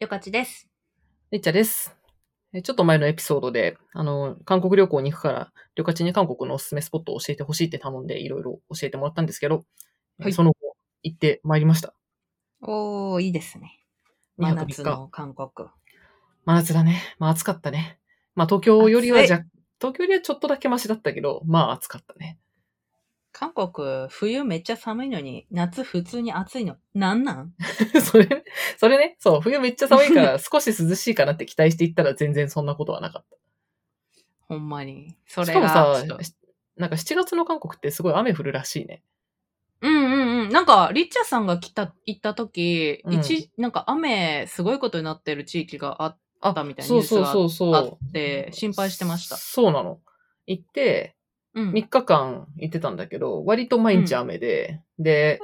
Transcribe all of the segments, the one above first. よかちです。りっちゃです。えちょっと前のエピソードで、あの、韓国旅行に行くから、旅客に韓国のおすすめスポットを教えてほしいって頼んで、いろいろ教えてもらったんですけど、はいその後、行ってまいりました。おー、いいですね。 2真泊3夏日。の韓国。真夏だね。まあ暑かったね。まあ東京よりは暑いじゃ、東京よりはちょっとだけマシだったけど、まあ暑かったね。 韓国、冬めっちゃ寒いのに、夏普通に暑いの。なんなんそれ、それね、そう、冬めっちゃ寒 いから少し涼しいかなって期待して行ったら全然そんなことはなかった。ほんまに。それしかもが。さちょっと、しなんか7月の韓国ってすごい雨降るらしいね。うんうんうん。なんか、リッチャさんが来た、行った時、うん一、なんか雨すごいことになってる地域があっあたみたいなそうそうそうあそって、心配してましたう。。そうなの。行って、うん。 3日間行ってたんだけど、割と毎日雨で、で、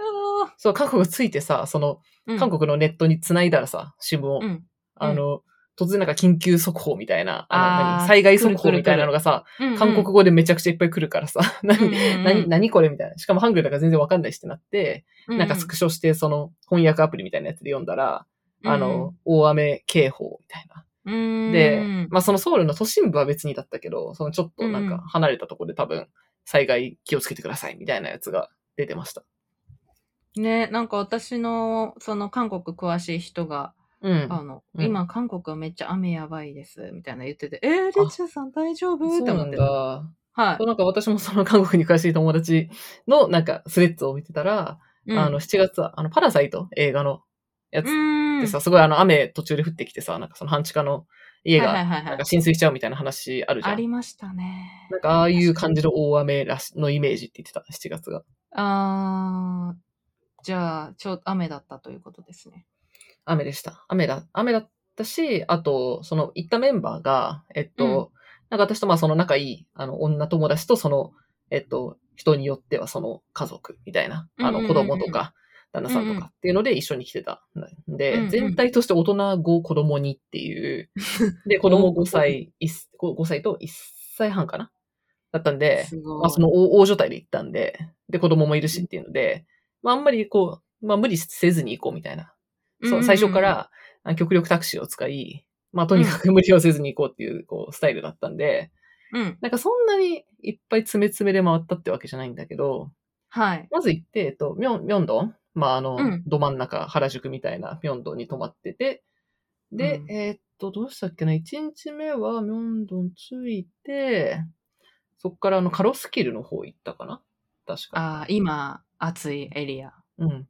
うそう、韓国着いてさ、その、ん韓国のネットに繋いだらさ、支部を、うん。あの、突然なんか緊急速報みたいな、あのあー何災害速来る来報るみたいなのがさ、うん韓国、語でめちゃくちゃいっぱい来るからさ、うんうん 何、うん何、何これみたいな。しかもハングルだから全然わかんないしってなって、ううなんかスクショして、その翻訳アプリみたいなやつで読んだら、あ、の、大雨警報みたいうな。んで、うんまあそのソウルの都心部は別にだったけど、そのちょっとなんうんうんか離れたところで多分災害気をつけてくださいみたいなやつが出てました。ね、なんか私の、その韓国詳しい人が、うん。あの、うん今韓国はめっちゃ雨やばいです、みたいな言ってて、えー、リッチャさん大丈夫そうって思なっんてた。だ。はそうなんか私もその韓国に詳しい友達のなんかスレッズを見てたら、い。あの7月は、あのパラサイト映画のやつうっん、てさ、すごいあの雨途中で降ってきてさ、なんかその半地下の家はいがはいはいはなんいか浸水しちゃうみたいな話あるじゃあん。りましたね。なんかああいう感じの大雨らしのイメージって言ってた、7月が。あーじゃあ、ちょ、雨だったということですね。雨でした。雨だ、雨だったし、あと、その行ったメンバーが、えっと、なんか私とまあその仲いい、あの、女友達とその、えっと、人によってはその家族みたいな、あうんのうん子うんうん供とか、旦那さんとうんうんかっていうので一緒に来てたんで、うんうん全体として大人5、子供2って いう、で、子供5歳、一 5, 5歳と1歳半かなだったんで、すごい。まあ、その大大所帯で行ったんで、で、子供もいるしっていうので、まあ、あんまりこう、まあ、無理せずに行こうみたいなんんそんう、最初か、ら、あ極力タクシーを使い、まあ、とにかく無理をせずに行こうっていう、こう、スタイルだったんで、うん。なんかそんなにいっぱい詰め詰めで回ったってわけじゃないんだけど、はい。まず行って、えっと、ミョン、ミョンドンまあ、あの、うんど真ん中、原宿みたいなミョンドンに泊まってて、で、うんえーっと、どうしたっけな、1日目はミョンドン着いて、そっからあの、カロスキルの方行ったかな確か。あー今、暑いエリア。うん。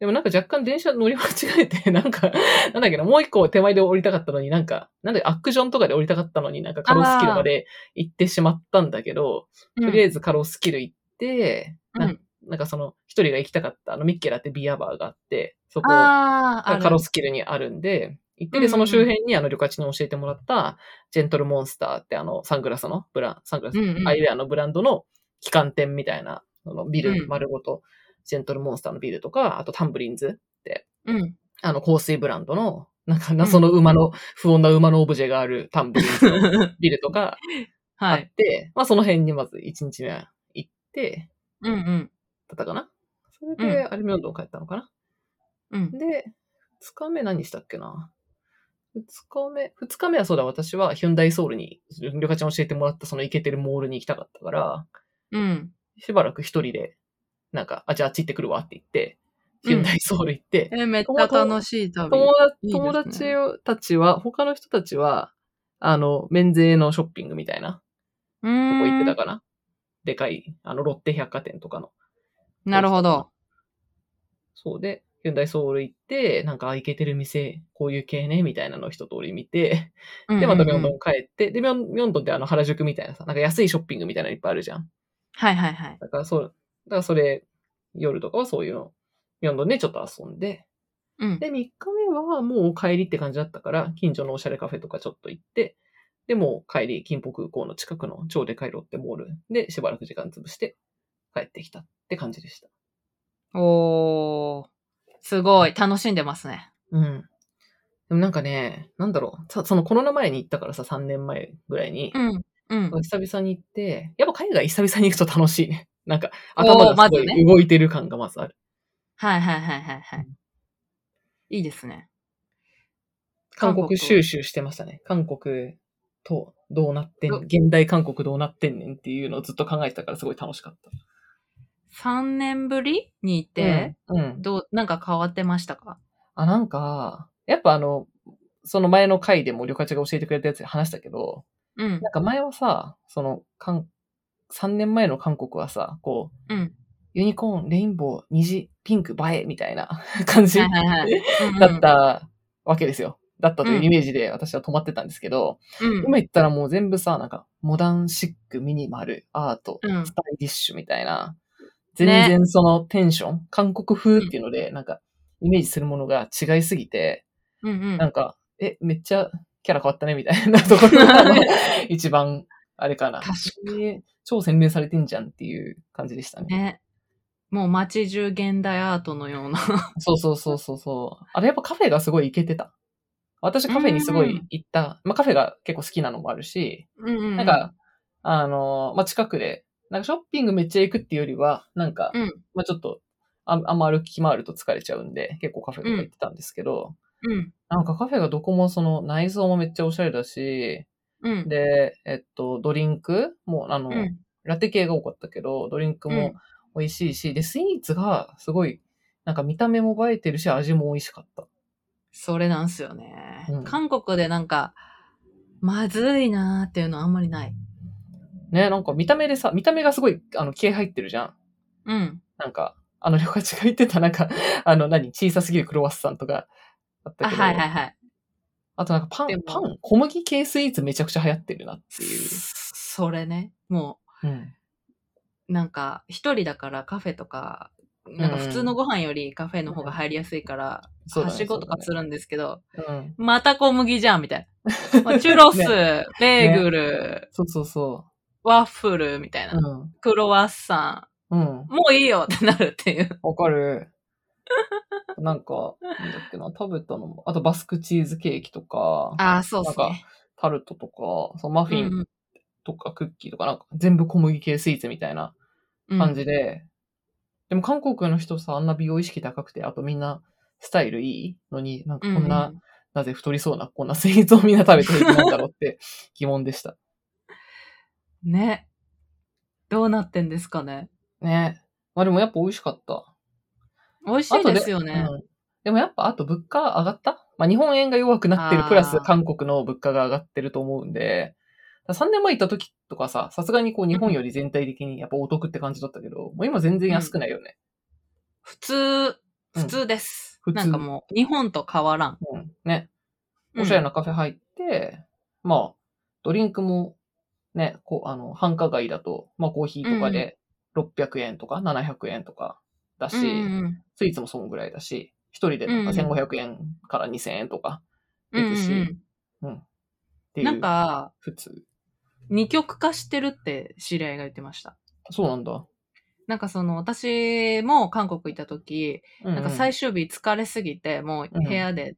でもなんか若干電車乗り間違えて、 なんか、なんだっけな、もう一個手前で降りたかったのになんか、なんだっけアクションとかで降りたかったのになんかカロスキルまで行ってしまったんだけど、とりあえずカロスキル行って、うん、う。なんなんかその、一人が行きたかった、あの、ミッケラってビアバーがあって、そこ、あーある、カロスキルにあるんで、行ってうんうんうで、んその周辺にあの、旅客に教えてもらった、ジェントルモンスターってあの、サングラスの、ブラン、サングラスうんうんアイウェアのブランドの旗艦店みたいな、そのビうルん丸ごと、ジェントルモンスターのビルとか、あとタンブリンズ、うん。あの香水ブランドの、なんか謎の馬の、不穏な馬のオブジェがあるタンブリンズのビルと かあはっい。て、まあその辺にまず1日目は行って、うんうん。だったかなそれで、アルミロンドン帰ったのかな、うん。で、2日目何したっけな ?2 日目、2日目はそうだ、私はヒュンダイソウルに、りょかちゃん教えてもらったそのイケてるモールに行きたかったから、うん。しばらく一人で、なんか、あ、じゃああっち行ってくるわって言って、うんヒュンダイソウル行って、え、めっちゃ楽しい旅。友達いいですね友達たちは、他の人たちは、あの、免税のショッピングみたいなうとこ行ってーたん。かな。でかい、あの、ロッテ百貨店とかの。なるほど。そうで、ヒュンダイソウル行って、なんか、あ、行けてる店、こういう系ね、みたいなのを一通り見て、で、またうんミョンドうんうんン帰って、で、ミョンミョンドンってあの原宿みたいなさ、なんか安いショッピングみたいなのいっぱいあるじゃん。はいはいはい。だからそう、だからそれ、夜とかはそういうの、ミョンドンでちょっと遊んで、うん。で、3日目はもう帰りって感じだったから、近所のおしゃれカフェとかちょっと行って、で、もう帰り、金浦空港の近くの超でかいロッテモールでしばらく時間潰して帰ってきたって感じでした。おー。すごい。楽しんでますね。うん。でもなんかね、なんだろう、さそのコロナ前に行ったからさ、3年前ぐらいに、うん。うん。久々に行って、やっぱ海外久々に行くと楽しい ね。なんか、頭おーまがすずごねい動いてる感がまずある。はいはいはいはいはい。いいですね。韓国収集してましたね。韓国とどうなってんねん、現代韓国どうなってんねんっていうのをずっと考えてたからすごい楽しかった。 3年ぶりにいて、うん、うん。どう、なんか変わってましたかあ、なんか、やっぱあの、その前の回でも旅客ちが教えてくれたやつで話したけど、うん。なんか前はさ、その、韓3年前の韓国はさ、こう、うん。ユニコーン、レインボー、虹、ピンク、映えみたいな 感じはいだはいはい。うんうんったわけですよ。だったといううんイメージで私は止まってたんですけど、うん。今言ったらもう全部さ、なんか、モダン、シック、ミニマル、アート、うんスタイリッシュみたいな、全ね然そのテンション、韓国風っていうので、なんか、イメージするものが違いすぎて、うんうんなんか、え、めっちゃキャラ変わったねみたいなところ が、一番、あれかな。確かに。超洗練されてんじゃんっていう感じでしたね。ね。もう街中現代アートのような。そうそうそうそうそう。あれやっぱカフェがすごい行けてた。私カフェにすごい行った。まあカフェが結構好きなのもあるし、うんうん。なん、か、あのーまあ近くで、なんかショッピングめっちゃ行くっていうよりは、なんか、うんまあちょっと、ああんま歩き回ると疲れちゃうんで、結構カフェとか行ってたんですけど、うん。なんかカフェがどこもその内装もめっちゃおしゃれだし、うん。で、えっと、ドリンクも、あの、うん。ラテ系が多かったけど、ドリンクうもん美味しいし、で、スイーツがすごい、なんか見た目も映えてるし、味も美味しかった。それなんすよね。うん韓国でなんか、まずいなーっていうのはあんまりない。ね、なんか見た目でさ、見た目がすごい、あの、気合入ってるじゃん。うん。なんか、あの、旅館が言ってた、なんか、あの、何、小さすぎるクロワッサンとかあったあ、けど、はいはいはい。あとなんかパでンも、パン、小麦系スイーツめちゃくちゃ流行ってるなっていう。それね。もうん。う、なんか、一人だからカフェとか、なんか普通のご飯よりカフェの方が入りやすいから、そうだはねしごとかするんですけど、そうだねうん。また小麦じゃんみたい な。まあチュロス、ベーグル、そうそうそ。ワッフルみたいうな、うん。クロワッサうん。ン、もういいよってなるって いう。わかる。なんか、なんだっけな、食べたのも、あとバスクチーズケーキとか、ああ、そうっすなんね。タルトとか、そのマフうィンんとかクッキーとか、なんか全部小麦系スイーツみたいなうん感じで、でも韓国の人さ、あんな美容意識高くて、あとみんなスタイルいいのに、なんかこんな、うんなぜ太りそうな、こんなスイーツをみんな食べて平気なんだろうって 疑問でした。ね。どうなってんですかね。ね。まあでもやっぱ美味しかった。美味しいですよね。うんでもやっぱ、あと物価上がったまあ、日本円が弱くなってる、あープラス韓国の物価が上がってると思うんで、3年前行った時とかさ、さすがにこう日本より全体的にやっぱお得って感じだったけど、もう今全然安くないよね。普通、うん普通です。普通なんかもう、日本と変わらん。うん。ね。おしゃれなカフェ入って、まあ、ドリンクもね、こう、あの、繁華街だと、まあコーヒーとかで600円とか700円とかだし、うんうんスイーツもそんぐらいだし、一人でなんかうんうん1500円から2000円とかうんうん出てし、うんうんうん。っていう。なんか、普通。二極化してるって知り合いが言ってました。そうなんだ。なんかその、私も韓国行った時、ななんか最初、終日疲れすぎて、もう部屋で、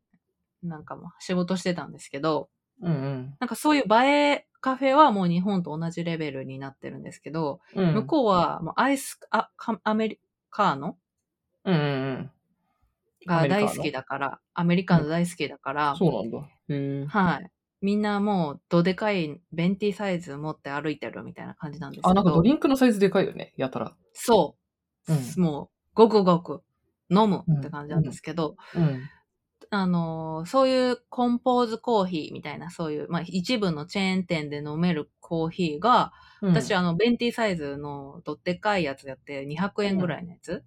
なんかもう仕事してたんですけど、うんなんかそういう映えカフェはもう日本と同じレベルになってるんですけど、うん、向こうはもうアイスあかアメリカーノうん、うんうんが大好アメリカーノきだから、アメリカーノ大好きだから、うん。そうなんだ。へえ。はい。みんなもうどでかいベンティサイズ持って歩いてるみたいな感じなんですけど。あ、なんかドリンクのサイズでかいよね、やたら。そう、うもう、ごくごく飲むって感じなんですけど、うん。あのーそういうコンポーズコーヒーみたいな、そういう、まあ一部のチェーン店で飲めるコーヒーが、私、は。あの、ベンティサイズのどってかいやつやって、200円ぐらいのやつ、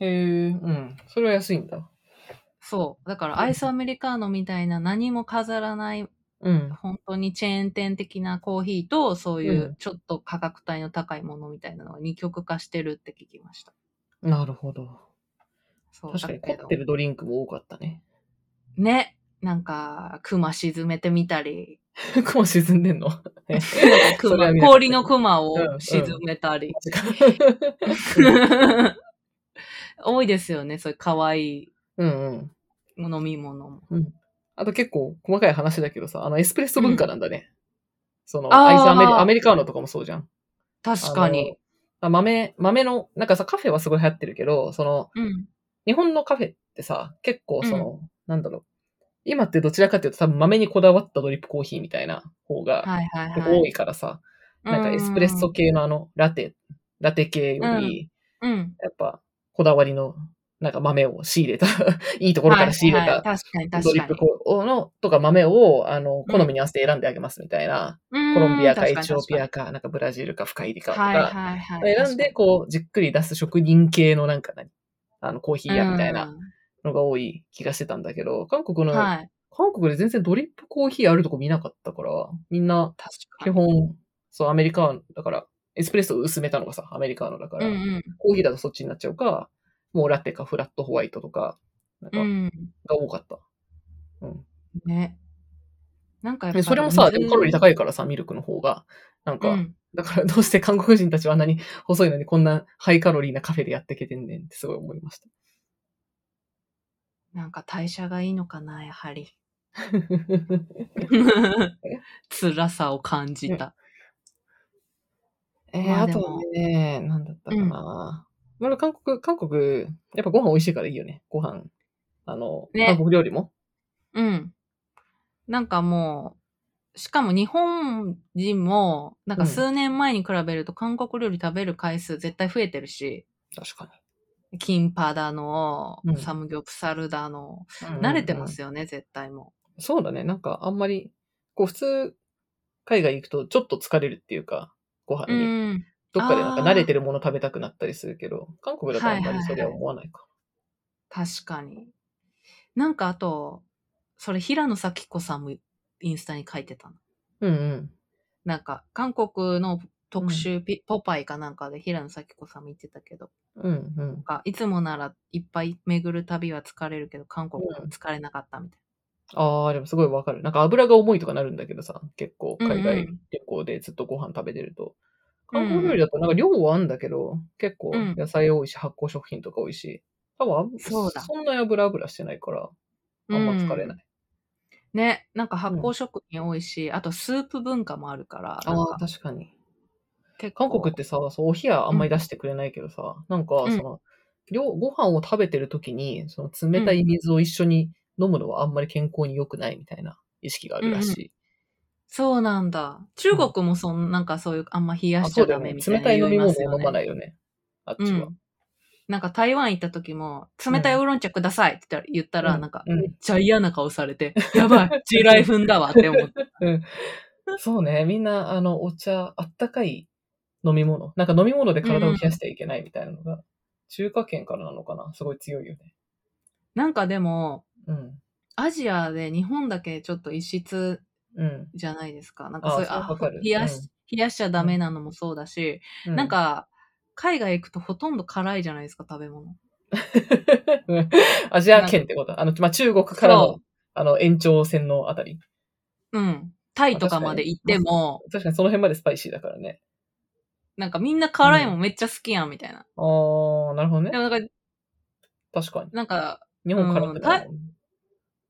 へえ、うん。それは安いんだ。そう。だから、アイスアメリカーノみたいな何も飾らない、うん。本当にチェーン店的なコーヒーと、そういううんちょっと価格帯の高いものみたいなのが二極化してるって聞きました。なるほど。そう確かにだけ凝どってるドリンクも多かったね。 ね。なんか、熊沈めてみたり、雲沈んでんのなねんか それ熊は見なかった氷の熊をうんうん沈めたり。 多いですよね、そういう可愛い うんうん。飲み物も。あと結構細かい話だけどさ、あの、エスプレッソ文化なんだね。その、あーアイスアメリアメリカーノとかもそうじゃん。確かに。あの。あ豆、豆の、なんかさ、カフェはすごい流行ってるけど、その、うん。日本のカフェってさ、結構その、なんだろう、今ってどちらかっていうと多分豆にこだわったドリップコーヒーみたいな方がはいはいはい。多いからさ、なんかエスプレッソ系。系のあのラテ、ラテ系より、うん。やっぱこだわりのなんか豆を仕入れた、 いいところから仕入れはいはいた確かにド確リかッにプ。コーのとか豆をあの好みに合わせて選んであげますみたいな、コロンビアかエチオピアかか、なんかブラジルか深入りかととか。はいか、はいはい。選んでこうじっくり出す職人系のなんか何あのコーヒー屋みたいなうん。のが多い気がしてたんだけど、韓国の、はい。韓国で全然ドリップコーヒーあるとこ見なかったから、みんな確か基に。本、そう、アメリカーノだから、エスプレッソを薄めたのがさ、アメリカーノだから、うんコーヒーだとそっちになっちゃうか、もうラテかフラットホワイトとか、なんうか、ん。が多かった。うん。うん。ね。なんかやっぱでりそれもさ、でもカロリー高いいからさ、ミルクの方が、なんか、うん。だからどうして韓国人たちはあんなに細いのにこんなハイカロリーなカフェでやってけてんねんってすごい思い ました。なんか代謝がいいのかな、やは り。辛さを感じた。えーまああでもとね、なんだったかな。まだ韓国、韓国、やっぱご飯美味しいからいいよね。ご飯。あの、ね韓国料理も。うん。なんかもう、しかも日本人も、なんか数年前に比べると韓国料理食べる回数絶対増えてるし、確かキンパだの、うんサムギョプサルだの、に。慣れてますよ。よね、絶対もそうだね。なんかあんまり、こう普通、海外行くとちょっと疲れるっていうか、ご飯う。うに。ん。どっかでなんかあー慣れてるもの食べたくなったりするけど、韓国だとあんまりそれは思わないか。確かに。なんかあと、それ平野咲子さんもインスタに書いてたの。うんうん。なんか、韓国の特集ピ、ポパイかなんかで平野咲子さんも言ってたけど、うんうんなん。かいつもならいっぱい巡る旅は疲れるけど、韓国は疲れなかったみたいああ、でもすごいわかる。なんか油が重いとかなるんだけどさ、結構うんうん海外旅行でずっとご飯食べてると。うんうん韓国料理だとなんか量はあんだけど、結構うん野菜多いし発酵食品とか多いし、多分あんそうだそんなに油油してないから、あな。。んま疲れないい。ね、なんか発酵食品多いし、あとスープ文化もあるから、なんあかあ、確かに。結構韓国ってさ、そう、お冷やあんまり出してくれないけどさ、なんかう、んその、量、ご飯を食べてる時に、その冷たい水を一緒に飲むのはあんまり健康に良くないみたいな意識があるらしい。そうなんだ。中国もそん、なんかそういう、あんま冷やあしちそゃうだダよメねみたい冷なたい飲み物言を飲まいますよねないよね。あっうちは。ん。なんか台湾行った時も、冷たいウーロン茶くださいって言ったら、言ったらうんなんか、うんめっちゃ嫌な顔されて、 やばい、地雷踏んだわって思 って。 そうね。みんな、あの、お茶、あったかい飲み物。なんか飲み物で体を冷やしてはいけないみたいなのが、中華圏からなのかな。すごい強いよね。なんかでも、うん。アジアで日本だけちょっと異質うん。じゃないですか。なんかそういう、あそうわかる冷やし、うん冷やしちゃダメなのもそうだし、うんなん、か、海外行くとほとんど辛いじゃないですか、食べ物。うん アジア圏ってことあの、まあ、中国からその、あの、延長線のあたり。うん。タイとかまで行っても、確かにその辺までスパイシーだからね。なんかみんな辛いもんめっちゃ好きやん、みたいな。あー、なるほどでね。もなんか、確かに。なんか、日本からってないもんね。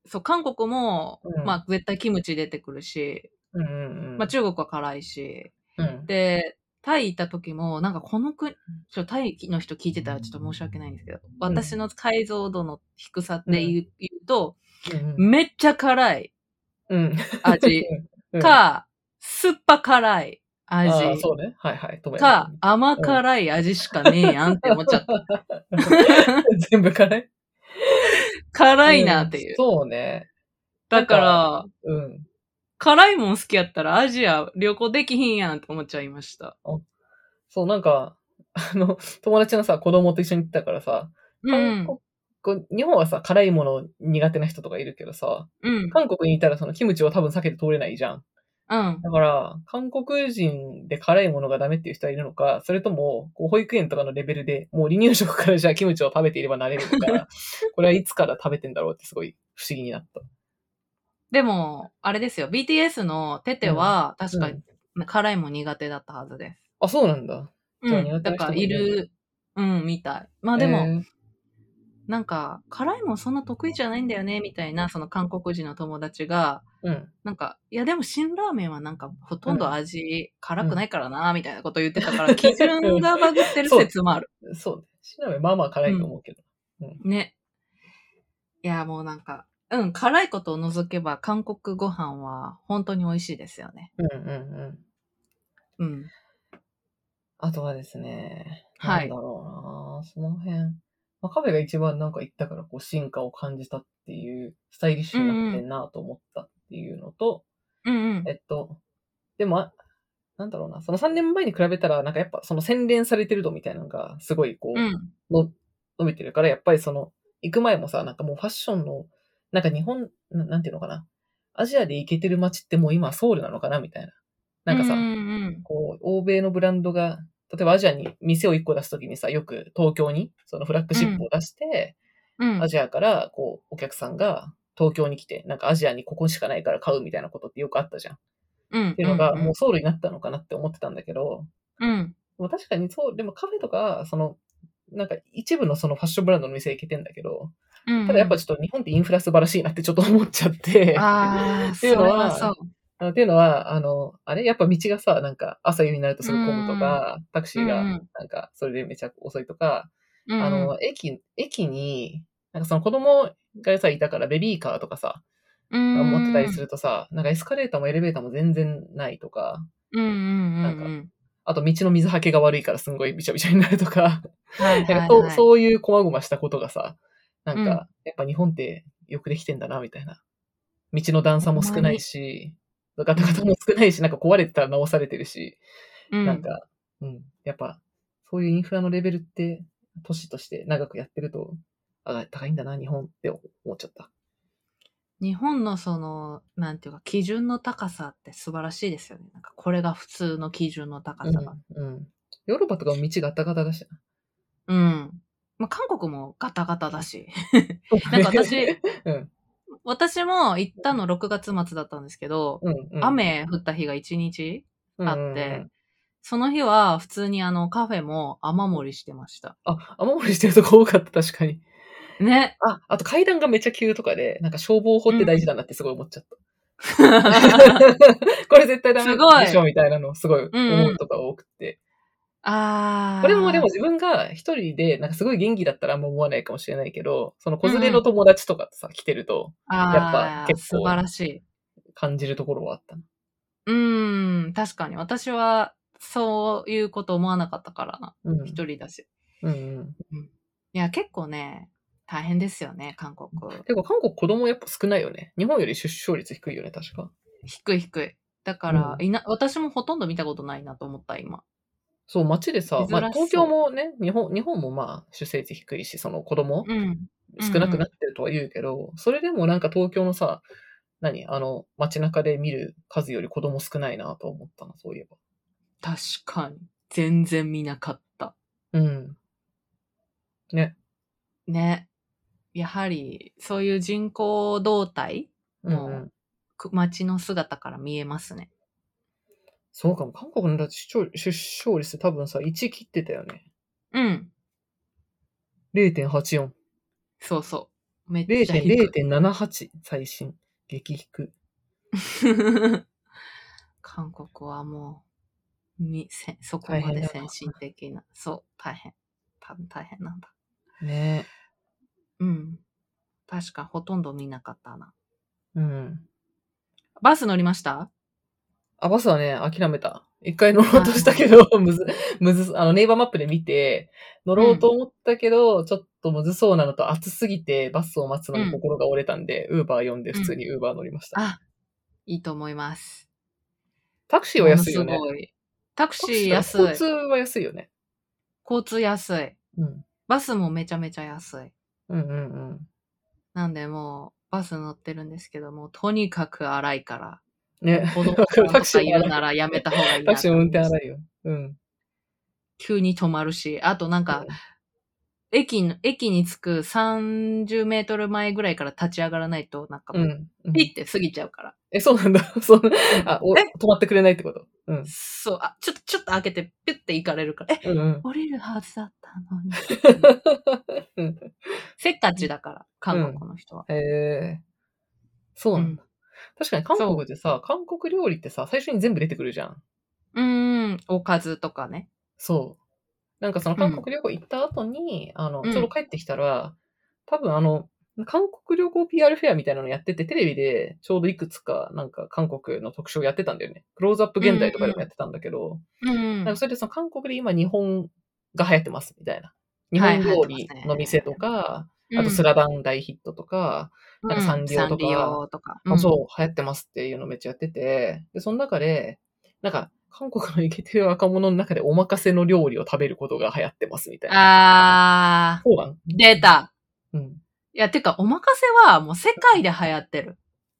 そう、韓国も、うんまあ絶対キムチ出てくるし、うんうんうん。まあ中国は辛いし、うん、で、タイ行った時も、なんかこの国、ちょ、タイの人聞いてたらちょっと申し訳ないんですけど、私の解像度の低さで言う,、言うと、うんめっちゃ辛いうん。うん味 うんか、酸っぱ辛いあー味そうね。はいはい。友也かの、甘辛い味しかねえやんって思っちゃった。 全部辛い。辛いなっていう。んそうね。だから、うん。辛いもん好きやったらアジア旅行できひんやんって思っちゃいました。そう、なんか、 あの、友達のさ、子供と一緒に行ったからさ、うん韓。国日本はさ、辛いもの苦手な人とかいるけどさ、うん。韓国にいたらそのキムチを多分避けて通れないじゃん。うん。だから、韓国人で辛いものがダメっていう人はいるのか、それとも、こう保育園とかのレベルで、もう離乳食からじゃあキムチを食べていればなれる のか、これはいつから食べてんだろうってすごい不思議になった。でも、あれですよ。BTS のテテは、確かうに辛いもん苦手だったはずです。あ、そうなんだ。じゃあうん。苦手だな人から、もいいるる、うん、みたい。まあでも、えーなんか、辛いもんそんな得意じゃないんだよね、みたいな、その韓国人の友達が、うん。なんか、いやでも辛ラーメンはなんかほとんど味辛くないからな、みたいなこと言ってたか うら、ん基準がバグってる説もある。そうね。シナメンまあまあ辛いと思うけど。ね。いや、もうなんか、うん、辛いことを除けば韓国ご飯は本当に美味しいですよね。うんうんうん。うん。あとはですね、はいなんだろうなその辺。まあ、カフェが一番なんか行ったからこう進化を感じたっていう、スタイリッシュになってんなと思ったっていうのと、うんうん。えっと、でも、あなんだろうな、その3年前に比べたら、なんかやっぱその洗練されてる度みたいなのがすごいこう、うん。の伸びてるから、やっぱりその、行く前もさ、なんかもうファッションの、なんか日本、ななんていうのかな。アジアで行けてる街ってもう今ソウルなのかなみたいな。なんかさ、うんうんこう、欧米のブランドが、例えばアジアに店を1個出すときにさ、よく東京に、そのフラッグシップを出して、うん。アジアから、こう、お客さんが東京に来て、なんかアジアにここしかないから買うみたいなことってよくあったじゃん。っうん。っていうのが、もうソウルになったのかなって思ってたんだけど、うん。でも確かにそう、でもカフェとか、その、なんか一部のそのファッションブランドの店行けてんだけど、うん。ただやっぱちょっと日本ってインフラ素晴らしいなってちょっと思っちゃ って、ああ、っそていうれのははそう。あのっていうのは、あの、あれやっぱ道がさ、なんか朝夕になるとすぐ混むとか、タクシーがうんうなんんかそれでめちゃ遅いとか、うんうんあの、駅、駅に、なんかその子供がさ、いたからベビーカーとかさ、うん持ってたりするとさ、なんかエスカレーターもエレベーターも全然ないとか、うんうんうんう。なんあと道の水はけが悪いからすんごいびちゃびちゃになるとか、はいはいなはいんかそうそういうこまごましたことがさ、なんか、うんやっぱ日本ってよくできてんだな、みたいな。道の段差も少ないし、ガタガタも少ないし、なんか壊れてたら直されてるし、うんなんか、うん、やっぱ、そういうインフラのレベルって、都市として長くやってると、あ、高いんだな、日本って思っちゃった。日本のその、なんていうか、基準の高さって素晴らしいですよね。なんかこれが普通の基準の高さが。うん。うんヨーロッパとかも道ガタガタだしうん。まあ、韓国もガタガタだし。 なな。んか私、うん、私も行ったの6月末だったんですけど、 うん、うん。雨降った日が1日うんあうんっうんて、その日は普通にあのカフェも雨漏りしてました。あ、雨漏りしてるとこ多かった、確かに。 ね。あ、あと階段がめちゃ急とかで、なんか消防法って大事だなってすごい思っちゃった。 これ絶対ダすごメいでしょみたいなのをすごいんうん思うとか多くて。あー。これもでも自分が一人で、なんかすごい元気だったらあんま思わないかもしれないけど、その子連れの友達とかさ、来てるとあやっぱー結構素晴らしい。感じるところはあったな。うーん、確かに。私は、そういうこと思わなかったからな。うん。一人だし。うんうん。いや、結構ね、大変ですよね、韓国。てか韓国子供やっぱ少ないよね。日本より出生率低いよね、確か。低い低い。だから、うんいな、私もほとんど見たことないなと思った、今。そう、街でさ、まあ珍しそう東京もね、日本、日本もまあ出生率低いし、その子供、うん。少なくなってるとは言うけど、それでもなんか東京のさ、何あの、街中で見る数より子供少ないなと思ったな、そういえば。確かに。全然見なかった。うん。ね。ね。やはり、そういう人口動態、うん、う。うんく街の姿から見えますね。そうかも。韓国のだって出生出生率多分さ、1切ってたよね。うん。 0.84。そうそう。めっちゃ低い。 0.078最新。激低。 韓国はもう、みせそこま大変でだ先進的な。そう、大変。多分大変なんだ。ねうん。確かほとんど見なかったな。うん。バス乗りましたあ、バスはね、諦めた。一回乗ろうとしたけど、むず、むず、あの、ネイバーマップで見て、乗ろうと思ったけど、ちょっとむずそうなのと暑すぎて、バスを待つのに心が折れたんで、ウーバー呼んで、普通にウーバー乗りました。あ、いいと思います。タクシーは安いよもねの。すごい。タクタクシシーーは安い。交通は安いよね。交通安い。うん。バスもめちゃめちゃ安い。うんうんうん。なんでもう、バス乗ってるんですけども、とにかく荒いから、ね。子供わかさるんとタクシかーいもる荒ないらやめた方がいいなタクシーも運転い。荒いよ。うん。急に止まるし、あとなんか、駅の、駅に着く30メートル前ぐらいから立ち上がらないと、なんかうもう、ん。うん。ピッて過ぎちゃうから。え、そうなんだ。 そう。あ、おえ止まってくれないってこと。うん。そう、あ、ちょっと、ちょっと開けて、ピュッて行かれるから、え、うんうん。降りるはずだったのに。 うんせっかちだから、韓国の人は。 へえ。そうなんだ。確かに韓国でさ、韓国料理ってさ、最初に全部出てくるじゃん。うーん、おかずとかね。そう。なんかその韓国旅行行った後に、あの、うんちょうど帰ってきたら、多分あの、韓国旅行 PR フェアみたいなのやってて、テレビでちょうどいくつかなんか韓国の特集をやってたんだよね。クローズアップ現代とかでもやってたんだけど、うんなんかそれでその韓国で今日本が流行ってますみたいな。日本料理の店とか、あとスラダン大ヒットとか、なんかサンリオサンとかリオとか。あそう、流行ってますっていうのめっちゃやってて、で、その中で、なんか、韓国のイケてる若者の中でお任せの料理を食べることが流行ってますみたいな。あそうなんー、出た。うん。いや、てか、お任せはもう世界で流行ってる。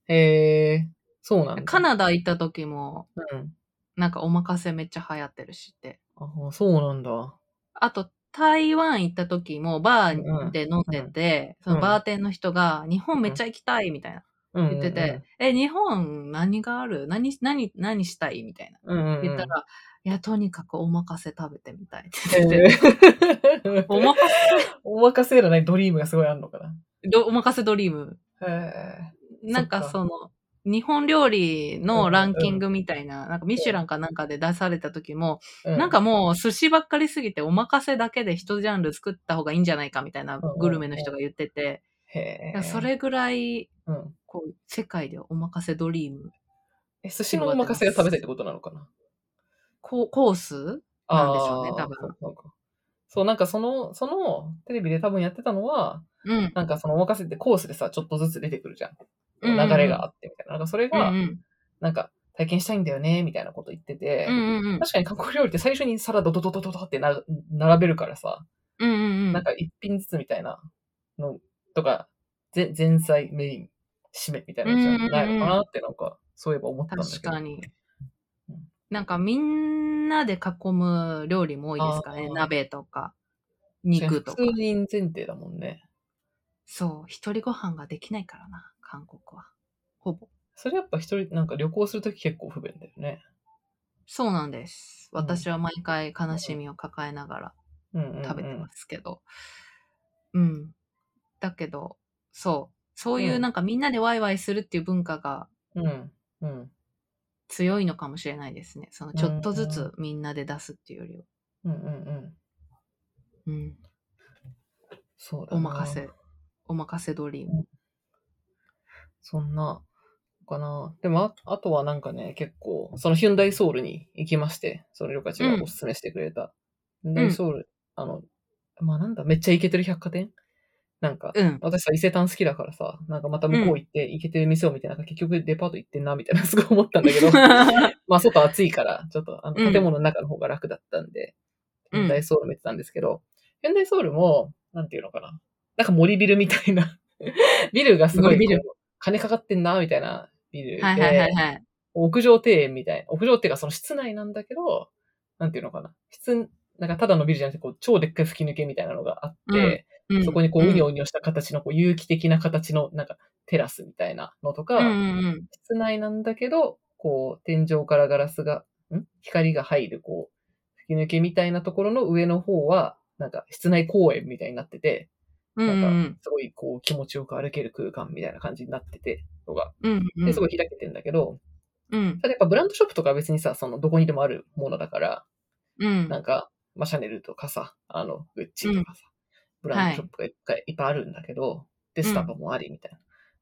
へえ、そうなんだ。カナダ行った時も、うん。なんかお任せめっちゃ流行ってるしって。あそうなんだ。あと、台湾行った時もバーで飲んでて、うんそのバーテンの人が、日本めっちゃ行きたいみたいなうんうん言うん。ってて、え、日本何がある何、何、何したいみたいな。うんうんうん。言ったら、いや、とにかくお任せ食べてみたいってへ言ってて、ー、お任お任せらないドリームがすごいあるのかな。せ、どお任せドリーム。へなんかそっかその、日本料理のランキングみたいな、なんかミシュランかなんかで出された時も、え、うなん、かもう寿司ばっかりすぎてお任せだけで一ジャンル作った方がいいんじゃないかみたいなグルメの人が言ってて、へなんかーそ、れぐらい、うん。こう、世界でお任せドリーム、え、寿司のお任せが食べたいってことなのかなココースなんでしょうねあー多分そうそうかそう、なんかその、その、テレビで多分やってたのは、うん。なんかそのお任せってコースでさ、ちょっとずつ出てくるじゃん。うんうんうん流れがあってみたいな。なんかそれうんうが、ん。なんか体験したいんだよね、みたいなこと言ってて、うんうんうん。確かに韓国料理って最初に皿ドドドドドドってな並べるからさ、うんうんうんなん。か一品ずつみたいなのとか、ぜ前菜、メイン、締めみたいなのじゃないのかなってなんか、そういえば思ったんだけど。確かにうん。なんかみんなで囲む料理も多いですからね。あー鍋とか、確かに肉とか普。通人前提だもんね。そう、一人ご飯ができないからな、韓国は。ほぼ。それやっぱ一人、なんか旅行するとき結構不便だよね。そうなんです。うん私は毎回悲しみを抱えながらうんうんうん、食べてますけど。うん、うんだけど、そう。そういううんなんかみんなでワイワイするっていう文化がうん。うん。強いのかもしれないですね。そのちょっとずうつみんなで出すっていうよりは。うんうんうん。うん。そうだおな任せ。お任せドリーム。そんな、かな。でもあ、あとはなんかね、結構、そのヒュンダイソウルに行きまして、その旅館がおすすめしてくれた。ヒュンダイソウル、あの、まあなんだ、めっちゃイケてる百貨店なんか、うん。私さ、伊勢丹好きだからさ、なんかまた向こう行って、イケてる店を見て、なんか結局デパート行ってんな、みたいな、すごい思ったんだ けど、まあ外暑いから、ちょっとあのうん建物の中の方が楽だったんで、うん現代ソウル見てたんですけど、現代ソウルも、なんていうのかな。なんか森ビルみたいな。 ビルがすごい森ビルこう金かかってんな、みたいなビルで、はいはいはいはい。屋上庭園みたいな。屋上っていうかその室内なんだけど、なんていうのかな。室、なんかただのビルじゃなくて、こう超でっかい吹き抜けみたいなのがあって、うんそこにこう、うにんょうにょした形の、こう、有機的な形の、なんか、テラスみたいなのとか、うんうんうん。室内なんだけど、こう、天井からガラスが、ん光が入る、こう、吹き抜けみたいなところの上の方は、なんか、室内公園みたいになってて、うんうなんうんんか、すごい、こう、気持ちよく歩ける空間みたいな感じになってて、のが、うんうん。で、すごい開けてんだけど、うんただやっぱブランドショップとかは別にさ、その、どこにでもあるものだから、うん。なんか、まあ、シャネルとかさ、あの、グッチとかさ、ブランドショップがいっぱいいっぱいあるんだけど、で、スタバもありみたい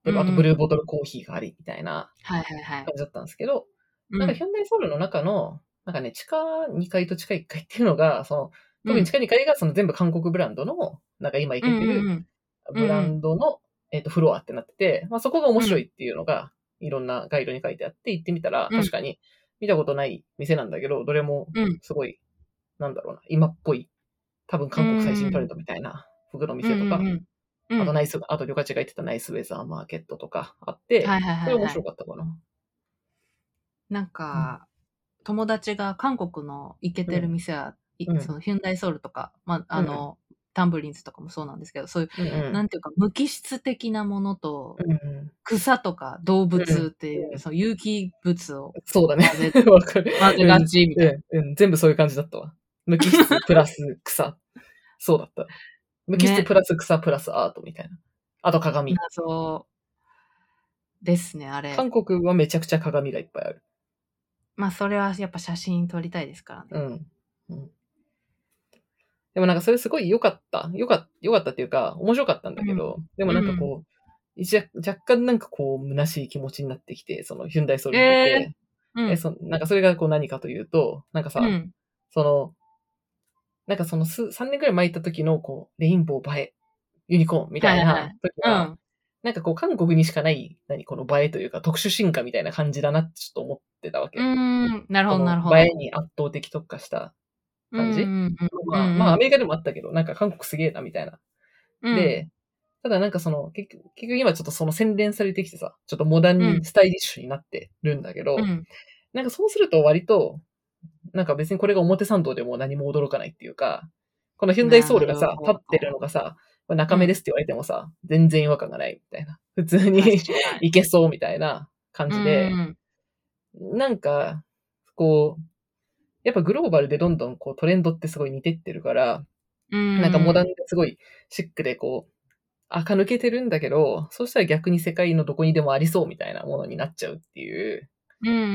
な。で、あと、ブルーボトルコーヒーがありみたいなはいはいはい感。じだったんですけど、ななんかヒョンダイソウルの中の、なんかね、地下2階と地下1階っていうのが、その、特に地下2階がその全部韓国ブランドの、なんか今行けてるブランドの、えっと、フロアってなってて、まあそこが面白いっていうのが、いろんなガイドに書いてあって、行ってみたら、うん確かに見たことない店なんだけど、どれもうんすごい、なんだろうな、今っぽい、多分韓国最新トレンドみたいな服の店とか、あとナイス、あと旅館が言ってたナイスウェザーマーケットとかあって、はいはいそはれい面は白い。かったかな。なんか、友達が韓国のイケてる店は、いうんそのヒュンダイソウルとか、まあ、あの、タンブリンズとかもそうなんですけど、そういう、うんうんなんていうか、無機質的なものと、うんうん草とか動物っていうう、んその有機物をそうだね。混ぜ わかる。混ぜがちみたいな。うん、うん、全部そういう感じだったわ。無機 質プラス草。そうだった。無機質ねプラス草プラスアートみたいな。あと鏡。謎ですね、あれ。韓国はめちゃくちゃ鏡がいっぱいある。まあ、それはやっぱ写真撮りたいですからね。うん。うん、でもなんかそれすごい良かった。良かった、良かったっていうか、面白かったんだけど、でもなんかこう、一若若干なんかこう、虚しい気持ちになってきて、その、ヒュンダイソウルに乗ってうん。えそなんかそれがこう何かというと、なんかさ、うん。その、なんかその数3年ぐらい前行った時の、こう、レインボー映え、ユニコーンみたいはいはいはない時うは、ん。なんかこう、韓国にしかない、何、この映えというか、特殊進化みたいな感じだなってちょっと思ってたわけ。うーん。なるこほど、のなるほど。映えに圧倒的特化した。感じうんうんうんまあ、うんまあ、アメリカでもあったけど、なんか韓国すげえな、みたいな。うん、で、ただなんかその、結局結局今ちょっとその洗練されてきてさ、ちょっとモダンうんにスタイリッシュになってるんだけど、うん、なんかそうすると割と、なんか別にこれが表参道でも何も驚かないっていうか、このヒュンダイソウルがなさる、ほど立ってるのがさ、これ中目ですって言われてもさ、全然違和感がないみたいな。普通に確かにいけそうみたいな感じで、うんなんか、こう、やっぱグローバルでどんどんこうトレンドってすごい似てってるから、うん、なんかモダンンですごいシックでこう、垢抜けてるんだけど、そうしたら逆に世界のどこにでもありそうみたいなものになっちゃうっていう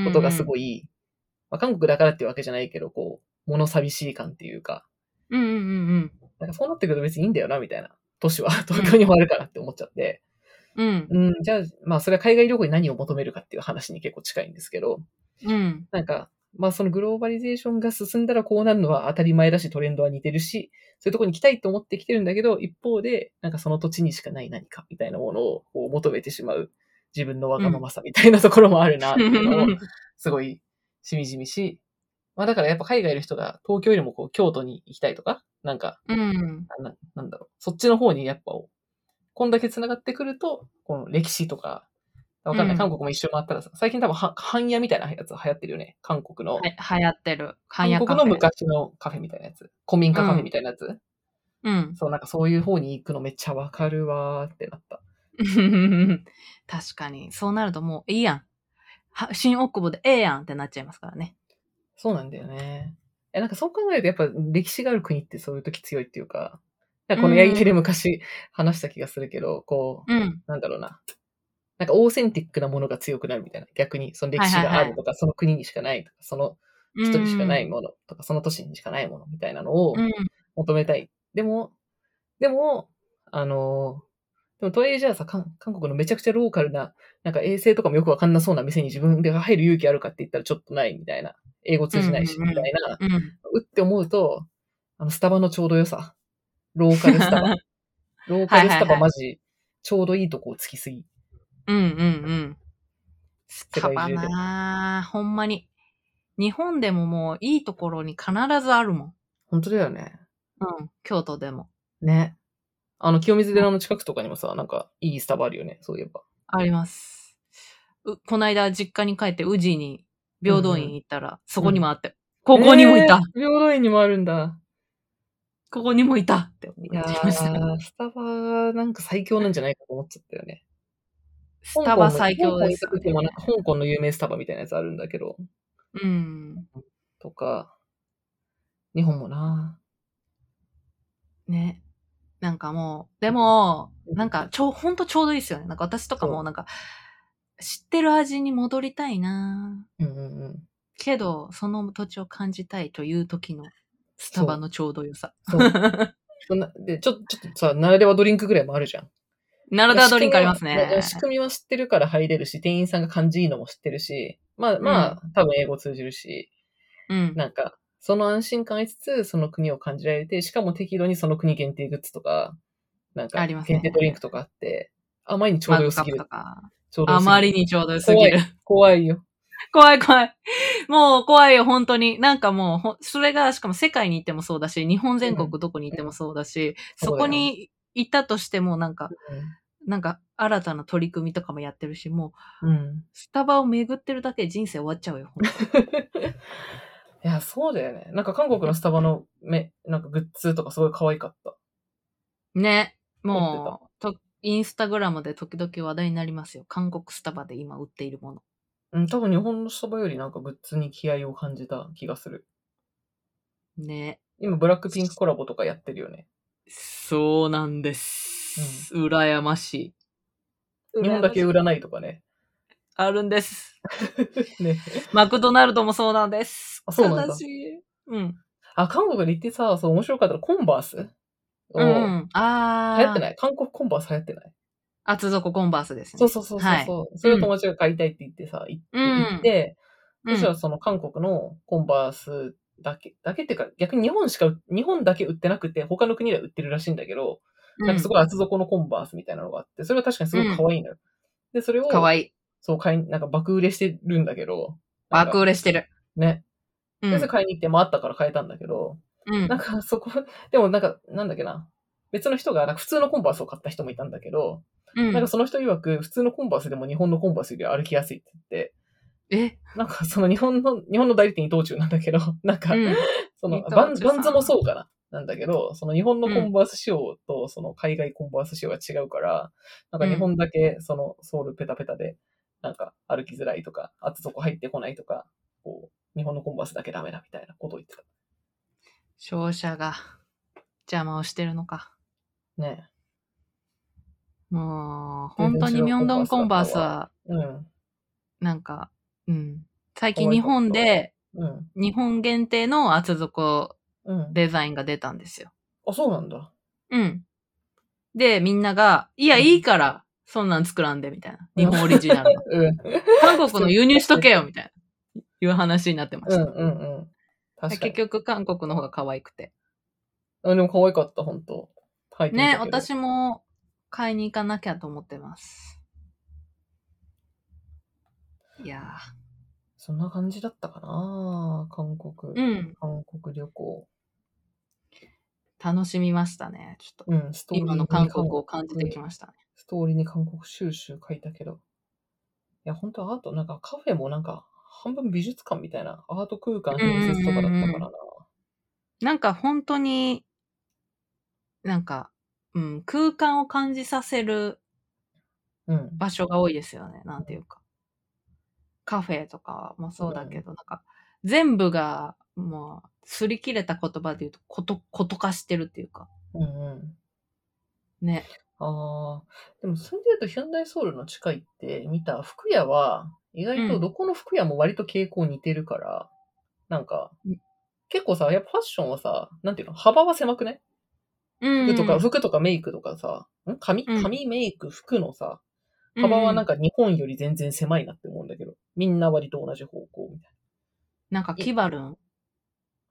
ことがすい、ごい、まあ、韓国だからっていうわけじゃないけど、こう、物寂しい感っていうか、うんうんうんなんかそうなってくると別にいいんだよなみたいな。都市は東京にもあるからって思っちゃって。うん、うんうん、じゃあ、まあそれは海外旅行に何を求めるかっていう話に結構近いんですけど、うんなんか、まあそのグローバリゼーションが進んだらこうなるのは当たり前だしトレンドは似てるし、そういうとこに行きたいと思ってきてるんだけど、一方で、なんかその土地にしかない何かみたいなものをこう求めてしまう自分のわがままさみたいなところもあるなっていうのを、すごいしみじみし、まあだからやっぱ海外の人が東京よりもこう京都に行きたいとか、なんか、うんななんだろう、そっちの方にやっぱ、こんだけ繋がってくると、この歴史とか、わかんなうんい、韓国も一周回ったらさ、最近多分は、半夜みたいなやつ流行ってるよね、韓国の。はい流行ってる。韓韓屋国カのフェ。昔のカフェみたいなやつ。古民家カフェみたいなやつ。うん。そう、なんかそういう方に行くのめっちゃわかるわーってなった。確かに。そうなるともういいやん。は新大久保でええやんってなっちゃいますからね。そうなんだよね。え、なんかそう考えるとやっぱ歴史がある国ってそういう時強いっていうか、なんかこのうんやり手で昔話した気がするけど、こう、うん。なんだろうな。なんかオーセンティックなものが強くなるみたいな。逆に、その歴史はいはいがはあいるとか、その国にしかないとか、その人にしかないものとか、その都市にしかないものみたいなのをうん。求めたい。でも、でも、あのーでもとはいえじゃあさ、韓韓国のめちゃくちゃローカルな、なんか衛生とかもよくわかんなそうな店に自分で入る勇気あるかって言ったらちょっとないみたいな。英語通じないし、うんうんうみんたいな。うん。うんうって思うと、あの、スタバのちょうど良さ。ローカルスタバ。 ローはカルスタいはいはバいマジ、ちょうどいいとこをつきすぎ。うんうん。スタバ世界中でなあほんまに。日本でももういいところに必ずあるもん。本当だよね。うん。京都でも。ね。あの、清水寺の近くとかにもさ、なんか、いいスタバあるよね、そういえば。あります。うこの間実家に帰って宇治に平等院行ったら、そこにもあって、ここにもいた、えー平等院にもあるんだ。ここにもいたって思いいやました。 ー、スタバ、なんか最強なんじゃないかと思っちゃったよね。スタバ最強です香港よ行った時もねなん。か香港の有名スタバみたいなやつあるんだけど、うん。とか、日本もなね。なんかもう、でも、なんかちょ、ほんとちょうどいいですよね。なんか私とかそもうなんか、知ってる味に戻りたいなうんうんうん。けど、その土地を感じたいという時のスタバのちょうど良さ。 そう。 そんな、で、ちょ、ちょっとさ、ならではドリンクぐらいもあるじゃん。ナラダドリン クあります仕組みねは。仕組みは知ってるから入れるし、店員さんが感じいいのも知ってるし、まあまあ、多分英語通じるし、うん。なんか、その安心感ありつつ、その国を感じられて、しかも適度にその国限定グッズとか、なんか、ありますね限定ドリンクとかあって、あまりにちょうマどグ良カすッぎプとる。か。ちょうど良あすぎるまりにちょうど良すぎる。怖いよ。怖い怖い。もう怖いよ、本当に。なんかもうほん、それが、しかも世界に行ってもそうだし、日本全国どこに行ってもそうだし、うんそこに行ったとしても、なんか、う。なんか新たな取り組みとかもやってるし、もうんうん、スタバを巡ってるだけで人生終わっちゃうよ。ほんといや、そうだよね。なんか韓国のスタバの目、なんかグッズとかすごい可愛かった。ね。もう、とインスタグラムで時々話題になりますよ。韓国スタバで今売っているもの。うん、多分日本のスタバよりなんかグッズに気合を感じた気がする。ね。今、ブラックピンクコラボとかやってるよね。そうなんです。羨ましい。日本だけ売らないとかね。 あるんです。ね。マクドナルドもそうなんです。あそうなんだ悲しい。うん。あ、韓国で行ってさ、そう面白かったらコンバース、う流ん。ああ。行っていない韓国コンバース流行ってない厚底コンバースですね。そうそうそうそう。はいそれを友達が買いたいって言ってさ、行って、うん行ってうそしたらん。その韓国のコンバースだけ、だけっていうか、逆に日本しか、日本だけ売ってなくて、他の国では売ってるらしいんだけど、うなんかすごい厚底のコンバースみたいなのがあって、それは確かにすごい可愛いのよ。で、それを、かわいい。そう、買い、なんか爆売れしてるんだけど、なんか爆売れしてる。ね。うで、ん。それ買いに行って、まああったから買えたんだけど、うんなんかそこ、でもなんか、なんだっけな。別の人が、なんか普通のコンバースを買った人もいたんだけど、うんなんかその人曰く、普通のコンバースでも日本のコンバースより歩きやすいって言って、えなんかその日本の、日本の代理店伊藤忠なんだけど、 なんか、うん。その伊藤バン、忠さバんンズもそうかな。なんだけど、その日本のコンバース仕様と、その海外コンバース仕様が違うから、なんか日本だけ、そのソールペタペタで、なんか歩きづらいとか、厚底入ってこないとか、こう、日本のコンバースだけダメだみたいなことを言ってた。勝者が邪魔をしてるのか。ねもう、本当にミョンドンコンバースは、え。うん。なんか、うん。最近日本で、うん。日本限定の厚底うん。デザインが出たんですよ。あ、そうなんだ。うん。で、みんなが、いや、うんいいから、そんなん作らんで、みたいな。日本オリジナ ルの。うん。韓国の輸入しとけよ、みたいな。いう話になってまうしんた。うんうん。確か結に。局、韓国の方が可愛くて。あでも可愛かった、本当入ってみたねけ、ど私も買いに行かなきゃと思ってます。いやそんな感じだったかな韓国、ー、うん、韓国旅行。楽しみましたね。ちょっと、うん、ストーリー今のに韓国を感じてきましたね。ストーリーに韓国収集書いたけど。いや、本当アート、なんかカフェもなんか、半分美術館みたいな、アート空間併設とかだったからな。なんか本当に、なんか、うん、空間を感じさせるうん。場所が多いですよね。なんていうか。カフェとかもそうだけど、なんか、全部が、もう、擦り切れた言葉で言うと、こと、こと化してるっていうか。うんうん。ね。ああ、でもそれで言うと、ヒュンダイソウルの近いって見た服屋は、意外うとんどこの服屋も割と傾向似てるから、なんかうん、結構さ、やっぱファッションはさ、なんていうの、幅は狭くねうん服とか、服とかメイクとかさ、ん髪、うん髪メイク、服のさ、幅はなんか、か日本より全然狭いなって思うんだけど、みんな割と同じ方向みたいなんか、キバルン。 な。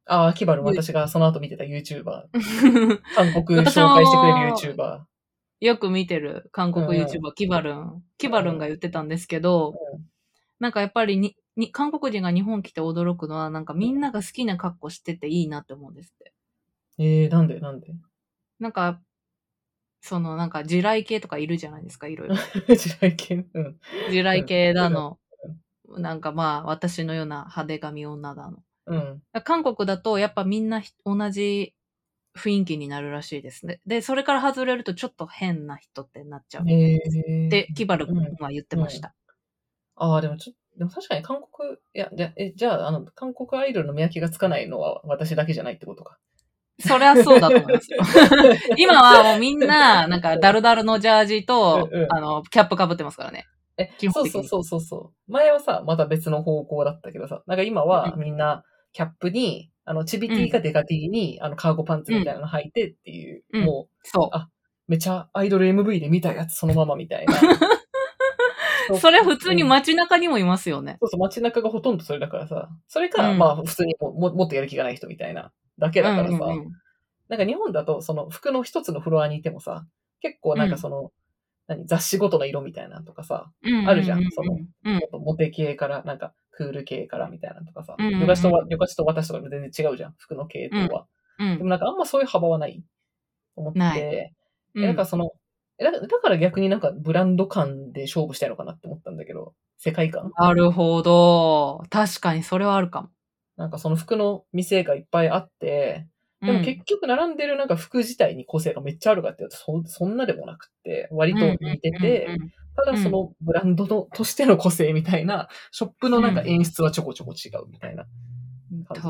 ああー、キバル、うん私がその後見てた YouTuber、韓国紹介してくれる YouTuber。よく見てる韓国うん YouTuber、キバルン。キバルンが言ってたんですけど、なんかやっぱりにに、韓国人が日本来て驚くのは、なんかみんなが好きな格好してていいなって思うんですって。ええー、なんでなんで なんか、そのなんか地雷系とかいるじゃないですか、いろいろ。地雷犬。うん。地雷系だの、なんかまあ私のような派手髪女だの。うん。韓国だとやっぱみんなひ同じ雰囲気になるらしいですね。で、それから外れるとちょっと変な人ってなっちゃう。ええー。で、キバル君は言ってました。ああ、でもちょっと、でも確かに韓国、いや、じゃえじゃあ、あの、韓国アイドルの見分けがつかないのは私だけじゃないってことか。そりゃそうだと思いますよ。 今はもうみんな、なんか、ダルダルのジャージとうんう、んあの、キャップかぶってますからね。え 基、本そう的そうにそうそうそう。前はさ、また別の方向だったけどさ、なんか今はうんみんなキャップに、あの、チビティかデカティに、あの、カーゴパンツみたいなの履いてっていう、うんもそ。うん、めちゃアイドル MV で見たやつそのままみたいなう。それ普通にうん街中にもいますよね。そうそう、街中がほとんどそれだからさ、それか、うんまあ、普通にもももっとやる気がない人みたいな、だけだからさ、うんうんうんなんか日本だと、その服の一つのフロアにいてもさ、結構なんかその、何雑誌ごとの色みたいなのとかさ、ううあるじゃんううそのうんもっとモテ系から、なんかクール系からみたいなのとかさ、うんうんうんよかしとわよかしと私とかでも全然違うじゃん、服の系統は。うでんもなんかあんまそういう幅はないと思って、ないえうん。なんかその、えだだから逆になんかブランド感で勝負したいのかなって思ったんだけど、世界観なるほど。確かにそれはあるかも。なんかその服の店がいっぱいあって、でも結局並んでるなんか服自体に個性がめっちゃあるかっていうと、そそんなでもなくって、割と似てて、うんうんうんうんただそのブランドの、としての個性みたいな、ショップのなんか演出はちょこちょこ違うみたいな感じだった。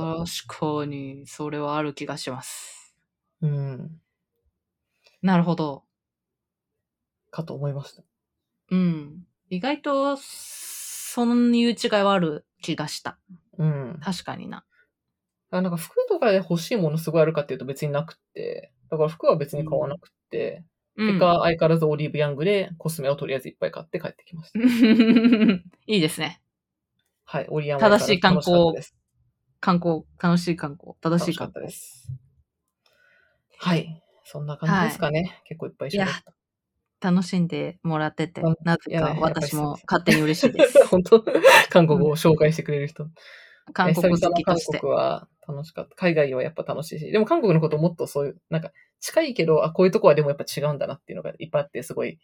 確かに、それはある気がします。うん。なるほど。かと思いました。うん。意外と、そういう違いはある気がした。うん。確かにな。あなんか服とかで欲しいものすごいあるかっていうと別になくって、だから服は別に買わなくって、うん結果相変わらずオリーブヤングでコスメをとりあえずいっぱい買って帰ってきました。いいですね。はい、オリヤン正しい観光楽し観光、楽しい観光、かったです。正楽しいし観かった光。です。はい、そんな感じですかね。結構いっぱいしました。楽しんでもらっててうん、なぜいやかね私やっぱりそうもです勝手に嬉しい です。本当韓国を紹介してくれる人。韓国久好々のき韓として。国は楽しかった。海外はやっぱ楽しいし。でも韓国のこともっとそういう、なんか近いけど、あ、こういうとこはでもやっぱ違うんだなっていうのがいっぱいあって、すごい、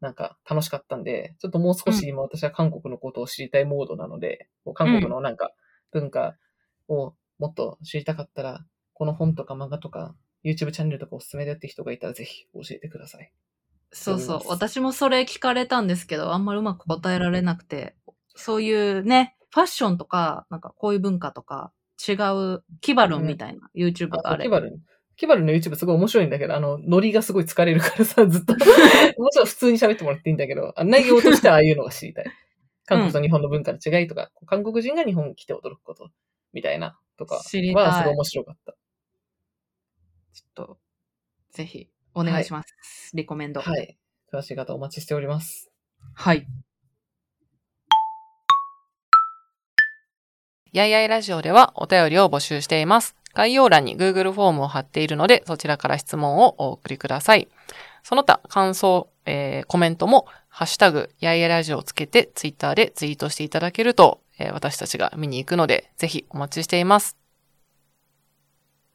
なんか楽しかったんで、ちょっともう少し今私は韓国のことを知りたいモードなので、こう韓国のなんか文化をもっと知りたかったら、この本とか漫画とか、YouTube チャンネルとかおすすめだよって人がいたらぜひ教えてください。そうそう思い。ます私もそれ聞かれたんですけど、あんまりうまく答えられなくて、そういうね、ファッションとか、なんかこういう文化とか、違う、キバルンみたいな YouTube がああ、れ。キバルン。キバルンの YouTube すごい面白いんだけど、あの、ノリがすごい疲れるからさ、ずっと。 もちろん普通に喋ってもらっていいんだけど、あ内容としてはああいうのが知 りたい。韓国と日本の文化の違いとか、韓国人が日本に来て驚くこと、みたいな、と か知りはたいすごい面白かった。ちょっと、ぜひ、お願いします。リコメンド。はい。はい。詳しい方お待ちしております。やいやいラジオではお便りを募集しています。概要欄に Google フォームを貼っているので、そちらから質問をお送りください。その他、感想、えーコメントも、ハッシュタグ、やいやいラジオをつけて、Twitter でツイートしていただけると、えー私たちが見に行くので、ぜひお待ちしています。